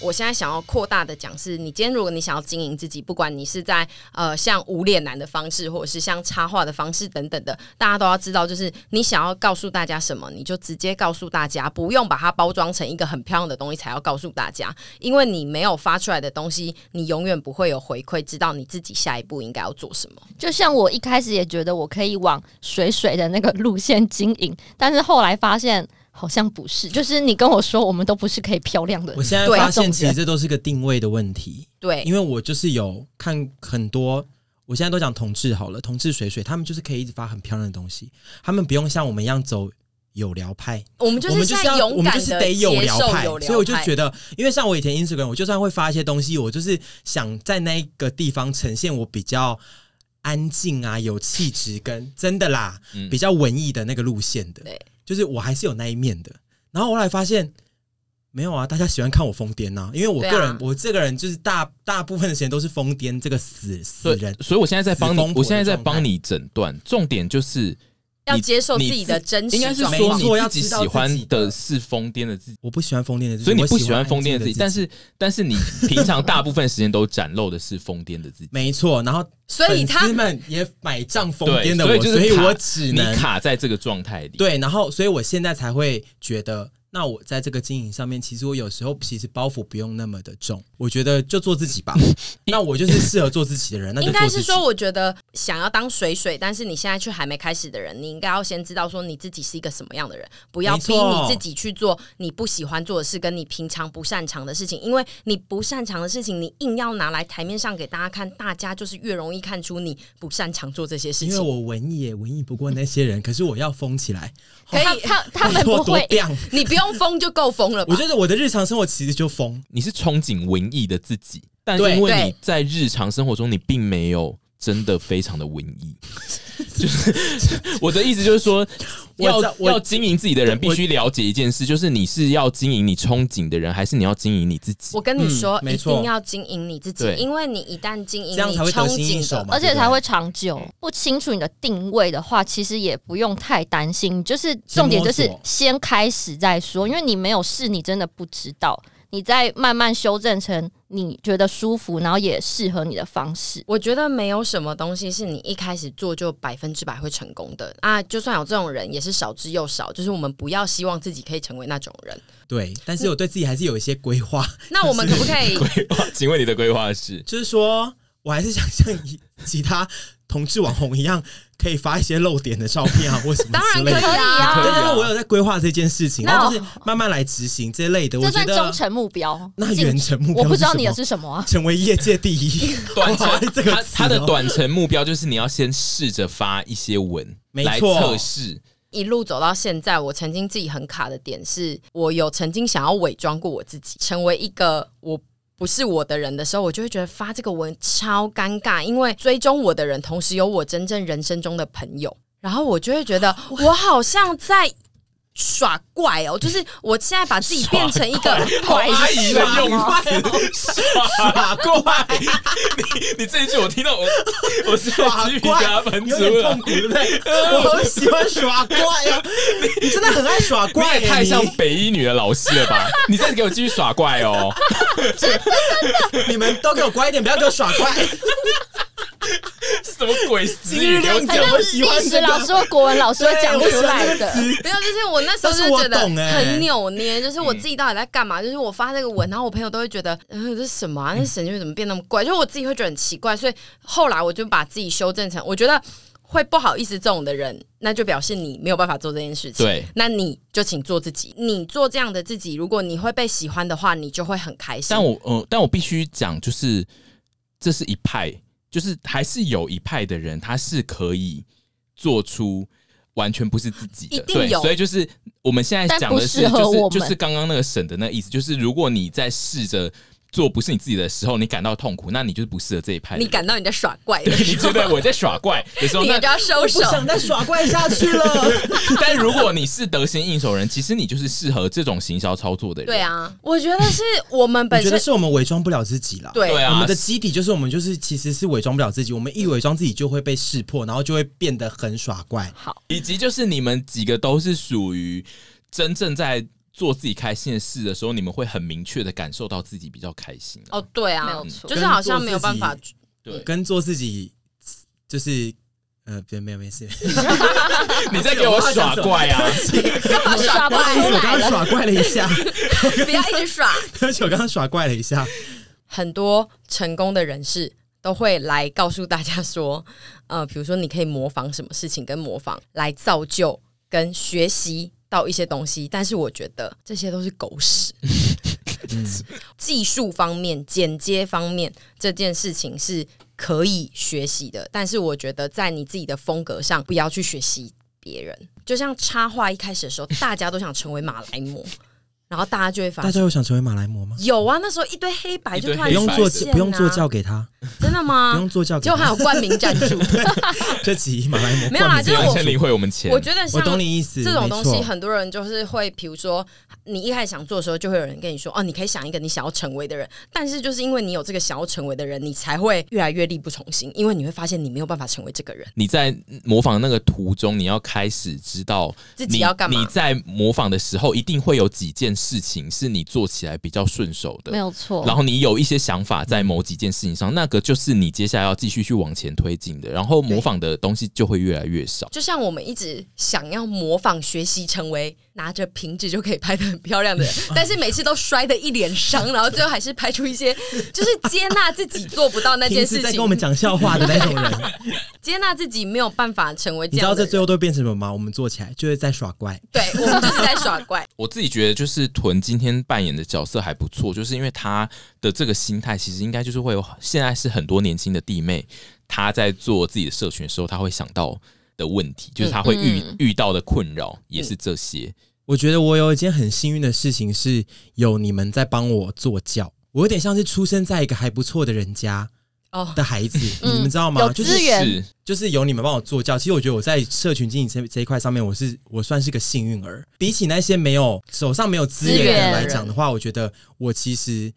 A: 我现在想要扩大的讲是，你今天如果你想要经营自己，不管你是在呃像无脸男的方式，或者是像插画的方式等等的，大家都要知道，就是你想要告诉大家什么，你就直接告诉大家，不用把它包装成一个很漂亮的东西才要告诉大家，因为你没有发出来的东西，你永远不会有回馈，知道你自己下一步应该要做什么。
B: 就像我一开始也觉得我可以往水水的那个路线经营，但是后来发现好像不是。就是你跟我说，我们都不是可以漂亮的
C: 我，现在
A: 对
C: 发现，
B: 重
C: 其实
B: 点
C: 这都是个定位的问题，
A: 对，
C: 因为我就是有看很多，我现在都讲同志好了，同志水水，他们就是可以一直发很漂亮的东西，他们不用像我们一样走有聊派，
A: 我们就
C: 我们
A: 是
C: 就
A: 在
C: 是要我
A: 勇
C: 们
A: 敢
C: 就
A: 的
C: 是
A: 接
C: 得
A: 受
C: 有聊派，
A: 有聊
C: 所以我就
A: 派
C: 觉得，因为像我以前 Instagram，我就算会发一些东西，我就是想在那一个地方呈现我比较。安静啊，有气质跟真的啦，
D: 嗯
C: 比较文艺的那个路线的，
A: 对，
C: 就是我还是有那一面的。然后我后来发现，没有啊，大家喜欢看我疯癫呐，因为我
A: 对啊
C: 个人，我这个人就是大大部分的时间都是疯癫这个死死
D: 所以
C: 人，
D: 所以我现在在帮
C: 死疯
D: 你，
C: 婆
D: 我现在
C: 的
D: 在
C: 状态
D: 帮你诊断，重点就是
A: 要
D: 你
A: 接受自己的
D: 你
A: 真实
D: 应该是
A: 状
D: 说
A: 况
C: 没。错
D: 你
C: 要
D: 自己
C: 知道
D: 喜
C: 自己
D: 欢
C: 的
D: 的是疯癫的自己，
C: 我不喜欢疯癫的自己，
D: 所以你不
C: 我
D: 喜欢疯癫
C: 安
D: 的
C: 静
D: 自
C: 的
D: 己，但是但是你平常大部分时间都展露的是疯癫的自己，
C: 没错，然后
A: 所以他
C: 粉丝们也买账疯
D: 对
C: 癫，的
D: 所
C: 我，
D: 以就是
C: 所以
D: 卡
C: 我只
D: 你
C: 能
D: 卡在这个状态里。
C: 对，然后所以我现在才会觉得，那我在这个经营上面，其实我有时候其实包袱不用那么的重，我觉得就做自 己吧。那我就是适合做自己的人，那就
A: 应
C: 做
A: 该
C: 自
A: 是
C: 己。
A: 说，我觉得想要当水水，但是你现在却还没开始的人，你应该要先知道说你自己是一个什么样的人，不要
C: 没
A: 逼
C: 错
A: 你自己去做你不喜欢做的事，跟你平常不擅长的事情，因为你不擅长的事情，你硬要拿来台面上给大家看，大家就是越容易看出你不擅长做这些事
C: 因为
A: 情。
C: 我文艺也文艺不过那些人，可是我要疯起来，
A: 可以
B: 他他他 们
C: 多
B: 不
C: 多
B: 会
C: 亮。
A: 你不用疯就够疯了吧
C: 我？觉得我的日常生活其实就疯，
D: 你是憧憬文艺的自己，但
C: 对
D: 因为
A: 对
D: 你在日常生活中，你并没有真的非常的文艺。就是 我的意思，就是说，
C: 我
D: 要
C: 知道我
D: 要经营自己的人，
C: 我
D: 必须了解一件事，就是你是要经营你憧憬的人，还是你要经营你自己
A: 我？跟你说，
C: 嗯没
A: 一
C: 错
A: 定要经营你自己
D: 对，
A: 因为你一旦经营，
C: 这样
A: 你
C: 才会
A: 憧
C: 得心应
A: 憬
C: 手
A: 的
C: 嘛。
B: 而且
C: 对不对嗯
B: 才会长久。不清楚你的定位的话，其实也不用太担心，就是重点就是
C: 先摸索
B: 先开始再说，因为你没有试，你真的不知道。你再慢慢修正成你觉得舒服，然后也适合你的方式。
A: 我觉得没有什么东西是你一开始做就百分之百会成功的啊！就算有这种人，也是少之又少。就是我们不要希望自己可以成为那种人。
C: 对，但是我对自己还是有一些规划，
A: 那我们可不可以？
D: 请问你的规划是？
C: 就是说我还是想像以其他同志网红一样，可以发一些露点的照片啊，或什么
A: 当
C: 之
A: 然
C: 类
A: 可
C: 的
A: 以。啊，
D: 可
C: 对，
D: 以啊
C: 但是我有在规划这件事情，
B: 那
C: 然后就是慢慢来执行这类的。我
B: 这
C: 觉
B: 算忠
C: 得
B: 诚目标，
C: 那
B: 近
C: 远程目标
B: 我不知道
C: 是什
B: 你的
C: 么
B: 是什么啊。
C: 成为业界第一，
D: 短程
C: 哇这个
D: 他
C: 词
D: 他的
C: 哦
D: 短程目标就是你要先试着发一些文
C: 没
D: 来
C: 错
D: 测试，
A: 一路走到现在，我曾经自己很卡的点是，我有曾经想要伪装过我自己，成为一个我。不是我的人的时候，我就会觉得发这个文超尴尬，因为追踪我的人同时有我真正人生中的朋友，然后我就会觉得我好像在耍怪哦，就是我现在把自己变成一个
B: 怪
D: 阿姨的用
B: 法，
D: 词，耍怪。你你这一句我听到我我是
C: 耍
D: 鸡皮疙瘩
C: 怪
D: 喷，
C: 有
D: 出
C: 点
D: 来
C: 痛。苦，对不 对？我好喜欢耍怪哦，你真的很爱耍
D: 你
C: 怪
D: 也
C: 耶，
D: 太像
C: 你
D: 北一女的老师了吧？你再给我继续耍怪哦！
C: 你们都给我乖一点，不要给我耍怪。
D: 什么鬼词
C: 今日
D: 语？给我
C: 亮
B: 好
D: 讲
C: 剑
B: 像是历史老师或国文老师会
C: 对
B: 讲
C: 我
B: 出
C: 喜欢
B: 来
C: 这个
B: 的。
C: 词
A: 没有，就是我那时候就
C: 但是我
A: 觉得
C: 懂欸嗯
A: 很扭捏，就是我自己到底在干嘛？就是我发这个文，然后我朋友都会觉得，嗯、这是什么、啊？那神经怎么变那么怪？就是我自己会觉得很奇怪，所以后来我就把自己修正成，我觉得会不好意思这种的人，那就表示你没有办法做这件事情。
D: 对，
A: 那你就请做自己，你做这样的自己，如果你会被喜欢的话，你就会很开心。
D: 但我呃，但我必须讲，就是这是一派，就是还是有一派的人，他是可以做出完全不是自己
A: 一
D: 的，
A: 定
D: 对，
A: 有
D: 所以就是我们现在
B: 但
D: 讲
B: 不
D: 的是，
B: 适合
D: 就
B: 我
D: 是就
B: 们
D: 是刚刚那个省的那个意思，就是如果你在试着做不是你自己的时候，你感到痛苦，那你就是不适合这一派的
A: 你
D: 人。
A: 感到 你在耍怪的
D: 对，你
A: 时候
D: 觉，得我在耍怪的时候，
A: 你
D: 那
A: 就要收手
C: 不。想再耍怪下去了。
D: 但如果你是得心应手人，其实你就是适合这种行销操作的人。
A: 对，啊，我觉得是我们
C: 我
A: 本
C: 觉
A: 身
C: 得是我们伪装不了自己了。。
A: 对
D: 对啊，
C: 我们的基底就是我们就是其实是伪装不了自己，我们一伪装自己就会被识破，然后就会变得很耍怪。
B: 好，
D: 以及就是你们几个都是属于真正在做自己开心的事的时候，你们会很明确的感受到自己比较开心、啊。
A: 哦，对
B: 没
A: 啊
B: 有，错
A: 就是好像没有办法
C: 跟。
D: 对，
C: 跟做自己就是呃，别没有没事，
D: 你在给 我耍怪啊！
B: 干嘛耍不出
C: 我
B: 来
C: 刚刚
B: 了？
C: 耍怪了一下，
A: 不要一直耍。
C: 对不起，我刚刚耍怪了一下。
A: 很多成功的人士都会来告诉大家说， 呃，比如说你可以模仿什么事情，跟模仿来造就跟学习到一些东西，但是我觉得这些都是狗屎。技术方面、剪接方面这件事情是可以学习的，但是我觉得在你自己的风格上，不要去学习别人。就像插画一开始的时候，大家都想成为马来貘，然后大家就会发
C: 大
A: 现
C: 家有想成为马来貘吗？
A: 有啊，那时候一堆黑白
D: 一
A: 就
D: 堆
A: 突然
C: 不用
D: 黑白
C: 做
D: 的
A: 出
C: 不用
A: 现
C: 做
A: 啊
C: 教给他，
A: 真的吗？
C: 不用做教给
A: 就还
C: 他。
A: 有冠名赞 助，
C: 这集马来貘
A: 没有啦
C: 冠名
A: 就是
D: 完
A: 我
D: 全领会我们钱
A: 我。觉得
C: 我
A: 像
C: 懂你意思，
A: 这种
C: 没
A: 东
C: 错
A: 西，很多人就是会，比如说你一开始想做的时候，就会有人跟你说，哦，你可以想一个你想要成为的人，但是就是因为你有这个想要成为的人，你才会越来越力不从心，因为你会发现你没有办法成为这个人，
D: 你在模仿那个途中，你要开始知道
A: 自己
D: 你
A: 要干嘛
D: 你在模仿的时候，一定会有几件事情是你做起来比较顺手的
B: 没。有错。
D: 然后你有一些想法在某几件事情上，那个就是你接下来要继续去往前推进的，然后模仿的东西就会越来越少。
A: 就像我们一直想要模仿学习成为拿着瓶子就可以拍的很漂亮 的人，但是每次都摔的一脸伤，然后最后还是拍出一些就是接纳自己做不到那件
C: 平
A: 事
C: 时在
A: 情
C: 跟我，们讲笑话的那种人，
A: 接纳自己没有办法成为这
C: 你知道
A: 样的
C: 这
A: 人
C: 最。后都会变成什么吗？我们做起来就是在耍怪，
A: 对，我们就是在耍怪。
D: 我自己觉得，就是屯今天扮演的角色还不错，就是因为他的这个心态，其实应该就是会有现在是很多年轻的弟妹，她在做自己的社群的时候，她会想到的问题，就是她会遇、
B: 嗯
D: 遇到的困扰也是这些。
C: 我觉得我有一件很幸运的事情是，有你们在帮我做教。我有点像是出生在一个还不错的人家
A: 哦，
C: 的孩 子，
B: 嗯
C: 你们知道吗？
B: 有
C: 就
B: 资
C: 是
B: 源嗯
D: 是
C: 就是有你们帮我做教。其实我觉得我在社群经营这这一块上面，我是我算是个幸运儿。比起那些没有手上没有资源的人来讲的话，我觉得我其实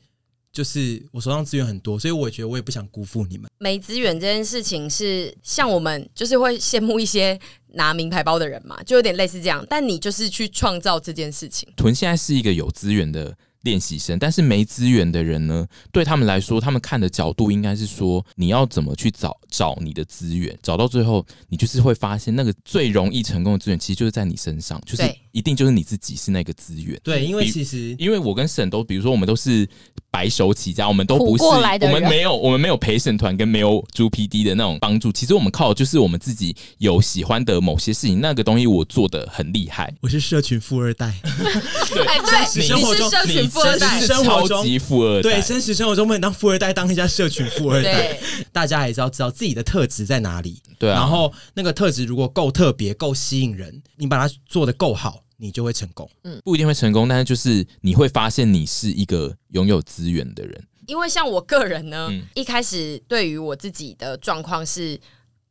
C: 就是我手上资源很多，所以我觉得我也不想辜负你们。
A: 没资源这件事情是像我们就是会羡慕一些拿名牌包的人嘛，就有点类似这样。但你就是去创造这件事情，
D: 屯现在是一个有资源的练习生，但是没资源的人呢，对他们来说，他们看的角度应该是说，你要怎么去找找你的资源，找到最后，你就是会发现，那个最容易成功的资源，其实就是在你身上，就是
A: 对
D: 一定就是你自己是那个资源。
C: 对，因为
D: 比
C: 其实
D: 因为我跟沈都，比如说我们都是白手起家，我们都不是，
B: 苦过来的
D: 我
B: 人
D: 们没有，我们没有陪审团跟没有猪 PD 的那种帮助。其实我们靠的就是我们自己有喜欢的某些事情，那个东西我做的很厉害，
C: 我是社群富二代，
D: 对
A: 哎，对，
C: 生活
A: 你
C: 中
A: 是社群富二代
C: 你，
D: 是超级富二代
C: 对，。真实生活中不能当富二代，当一下社群富二代。
A: 对，
C: 大家还是要知道自己的特质在哪里。
D: 对啊
C: 然后那个特质如果够特别、够吸引人，你把它做得够好，你就会成功。
D: 不一定会成功，但是就是你会发现你是一个拥有资源的人。
A: 因为像我个人呢，
D: 嗯
A: 一开始对于我自己的状况是，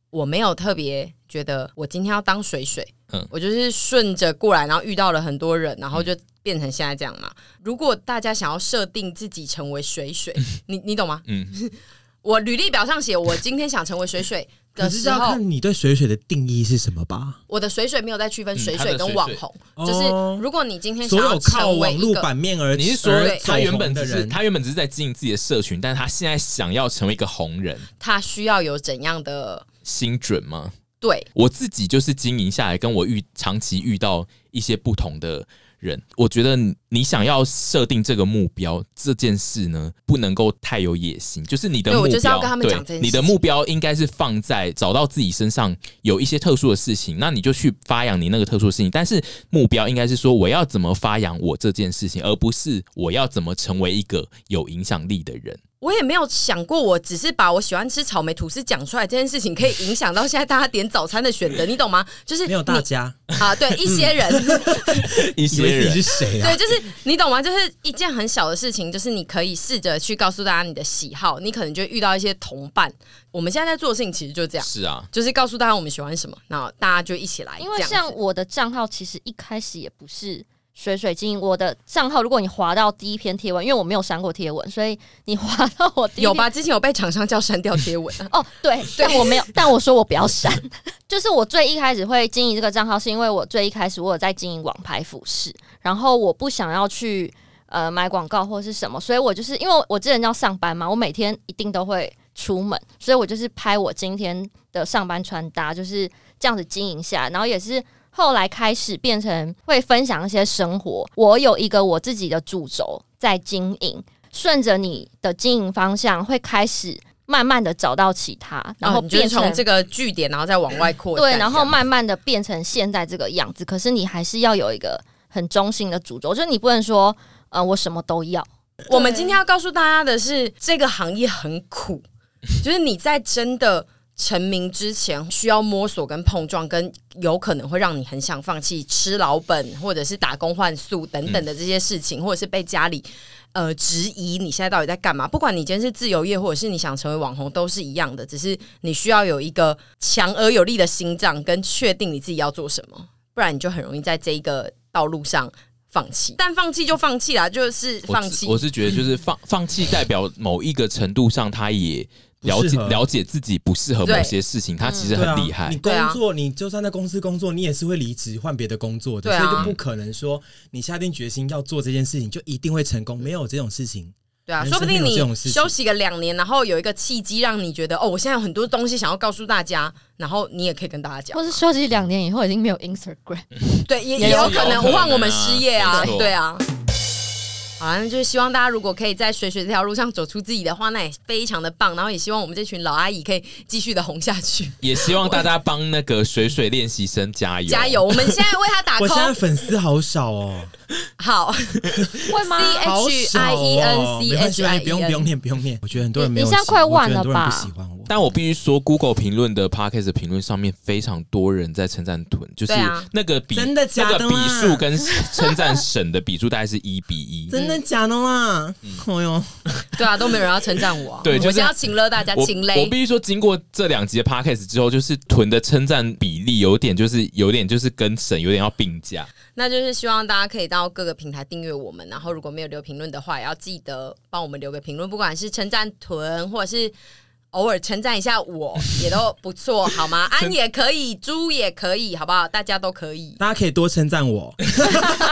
A: 我没有特别觉得我今天要当水水，
D: 嗯
A: 我就是顺着过来，然后遇到了很多人，然后就变成现在这样嘛。如果大家想要设定自己成为水水，你你懂吗？
D: 嗯，
A: 我履历表上写我今天想成为水水
C: 可
A: 的
C: 是
A: 时
C: 要
A: 候，
C: 看你对水水的定义是什么吧。
A: 我的水水没有在区分
D: 嗯
A: 水
D: 他
A: 水
D: 的
A: 跟
D: 水
A: 网
D: 水
A: 红，
C: 哦
A: 就是如果你今天
C: 所
A: 想要
C: 有靠
A: 成为
C: 网
A: 一
C: 络
A: 个。
C: 版面而
D: 你是说
C: 而
D: 他原本
C: 走红的
D: 只是
C: 人，
D: 他原本只是在经营自己的社群，但是他现在想要成为一个红人，
A: 他需要有怎样的
D: 心准吗？
A: 对
D: 我自己就是经营下来，跟我遇长期遇到一些不同的人，我觉得你想要设定这个目标这件事呢，不能够太有野心，就是你的
A: 对
D: 目
A: 我就是要
D: 标，
A: 跟他们讲这件事
D: 你的目标应该是放在找到自己身上有一些特殊的事情，那你就去发扬你那个特殊的事情，但是目标应该是说我要怎么发扬我这件事情，而不是我要怎么成为一个有影响力的人。
A: 我也没有想过，我只是把我喜欢吃草莓吐司讲出来这件事情，可以影响到现在大家点早餐的选择，你懂 吗？就是
C: 没有大家
A: 你啊， 对一些人，
D: 一
C: 以
D: 些
C: 为自
D: 人
C: 己是谁
A: 对，？
C: 啊
A: 就是你懂吗？就是一件很小的事情，就是你可以试着去告诉大家你的喜好，你可能就会遇到一些同伴。我们现在在做的事情其实就这样，
D: 是啊，
A: 就是告诉大家我们喜欢什么，然后大家就一起来这
B: 因
A: 样子。
B: 为像我的账号，其实一开始也不是水水经营。我的账号，如果你滑到第一篇贴文，因为我没有删过贴文，所以你滑到我第一篇
A: 有吧？之前有被厂商叫删掉贴 文，
B: 哦，对，但我没有，但我说我不要删。哦就是我最一开始会经营这个账号，是因为我最一开始我有在经营网拍服饰，然后我不想要去呃买广告或是什么，所以我就是因为我之前要上班嘛，我每天一定都会出门，所以我就是拍我今天的上班穿搭，就是这样子经营下来，然后也是。后来开始变成会分享一些生活，我有一个我自己的主轴在经营，顺着你的经营方向，会开始慢慢的找到其他，然后
A: 你就是
B: 变成
A: 从这个据点，然后再往外扩展这
B: 对，
A: 样。
B: 然后慢慢的变成现在这个样子。可是你还是要有一个很中性的主轴，就是你不能说，呃，我什么都要。
A: 我 们今天要告诉大家的是，这个行业很苦，就是你在真的成名之前需要摸索跟碰撞，跟有可能会让你很想放弃吃老本，或者是打工换宿等等的这些事情，或者是被家里呃质疑你现在到底在干嘛。不管你今天是自由业，或者是你想成为网红，都是一样的，只是你需要有一个强而有力的心脏，跟确定你自己要做什么，不然你就很容易在这一个道路上。放弃，但放弃就放弃啦，就是
D: 我
A: 放
D: 只
A: 弃。
D: 我是觉得就是放放弃，代表某一个程度上，他也了
C: 不
D: 解
C: 适合
D: 了解自己不适合
A: 对
D: 某些事情，他其实
C: 对啊
D: 很厉害
C: 你。工
A: 对啊
C: 作，你就算在公司工作，你也是会离职换别的工作的，
A: 对啊
C: 所以就不可能说你下定决心要做这件事情就一定会成功，没有这种事情。
A: 对啊，
C: 人
A: 说不
C: 生没
A: 定
C: 有这
A: 你
C: 种事情
A: 休息个两年，然后有一个契机让你觉得哦，我现在有很多东西想要告诉大家，然后你也可以跟大家讲
B: 或。是休息两年以后已经没有 Instagram，
A: 对，也
B: 也
A: 也有
B: 有
A: 可能，
D: 可
A: 无
D: 能
A: 望我们
D: 啊
A: 失业啊，
D: 没错
A: 对啊。好啦，那就是希望大家如果可以在水水这条路上走出自己的话，那也非常的棒。然后也希望我们这群老阿姨可以继续的红下 去，
D: 也希望大家帮那个水水练习生加油，
A: 加！油！我们现在为她 打
C: 我现在
A: call，
C: 粉丝好 少哦，
A: 好 C
B: 会吗？
C: 好
A: H
C: 少
A: I
C: 哦
A: E N C
C: 没关
A: H
C: 系
A: I E
C: 没关系不用不用
A: N，
C: 念，不用念。我觉得很多人没有
B: 你你
C: 喜，
B: 现在快
C: 我觉得
B: 忘了
C: 很多人
B: 吧
C: 不喜欢我。
D: 但我必须说，Google 评论的 Podcast 的评论上面非常多人在称赞屯，就是
A: 对啊
D: 那个比
C: 真的假的
D: 那
C: 啦
D: 个比数跟称赞沈的比数大概是一比一。
C: 真的假的啦？哎呦，，
A: 对啊，都没有人要称赞我啊，
D: 对就
A: 我
D: 是
A: 现在要请了大家，
D: 我
A: 请
D: 我
A: 嘞
D: 必，须说，经过这两集的 podcast 之后，就是屯的称赞比例有点，就是有点就是跟沈有点要并驾。
A: 那就是希望大家可以到各个平台订阅我们，然后如果没有留评论的话，也要记得帮我们留个评论，不管是称赞屯或者是。偶尔称赞一下我也都不错，好吗？安也可以，猪也可以，好不好？大家都可以
C: 大家可以多称赞我，
A: 因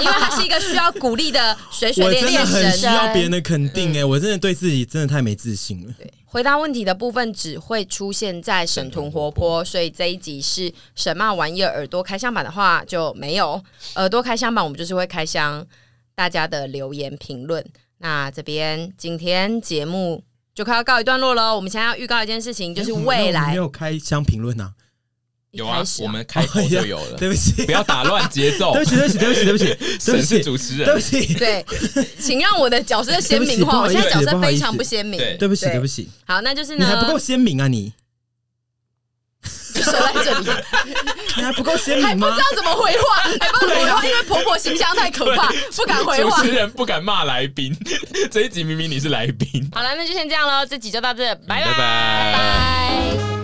A: 为他是一个需要鼓励的水水
C: 我
A: 练
C: 真的
A: 练
C: 很
A: 神嗯
C: 需。要别人的肯定哎，我真的对自己真的太没自信了。
A: 对回答问题的部分只会出现在沈屯活泼，所以这一集是沈骂玩意儿耳朵开箱版的话就没有耳朵开箱版，我们就是会开箱大家的留言评论。那这边今天节目就快要告一段落了，我们现在要预告一件事情，就是
C: 哎我们
A: 未
C: 我们
A: 来
C: 没有开箱评论啊，
D: 有
A: 一
D: 啊
A: 开，始
D: 我们开头就有了，
C: 对不起，
D: 不要打乱节奏
C: 对。不起，对不起，对不起，对不起，对
D: 沈
C: 不
D: 是
C: 起，
D: 主持
C: 对不
D: 人，
C: 起，
A: 对，请让我的角色鲜明 化。
C: 对
A: 我
C: 不起
A: 现在角
C: 不
A: 色
C: 好意
A: 非
C: 思
A: 常不鲜明。
D: 对
C: 对不起，
A: 对
C: 对不起，
A: 好，那就是
C: 你还不够
A: 呢，
C: 鲜明啊你。
A: 就守在 这里，
C: 你还不够鲜
A: 还
C: 明
A: 不
C: 吗
A: 知道？怎么回话，还不知道怎么回话，因为婆婆形象太可怕，
C: 啊
A: 不敢回
D: 主
A: 话
D: 持。人不敢骂来宾。 这一集明明你是来宾，嗯
B: 好了，那就先这样喽，这集就到这，拜
D: 拜拜
B: 拜拜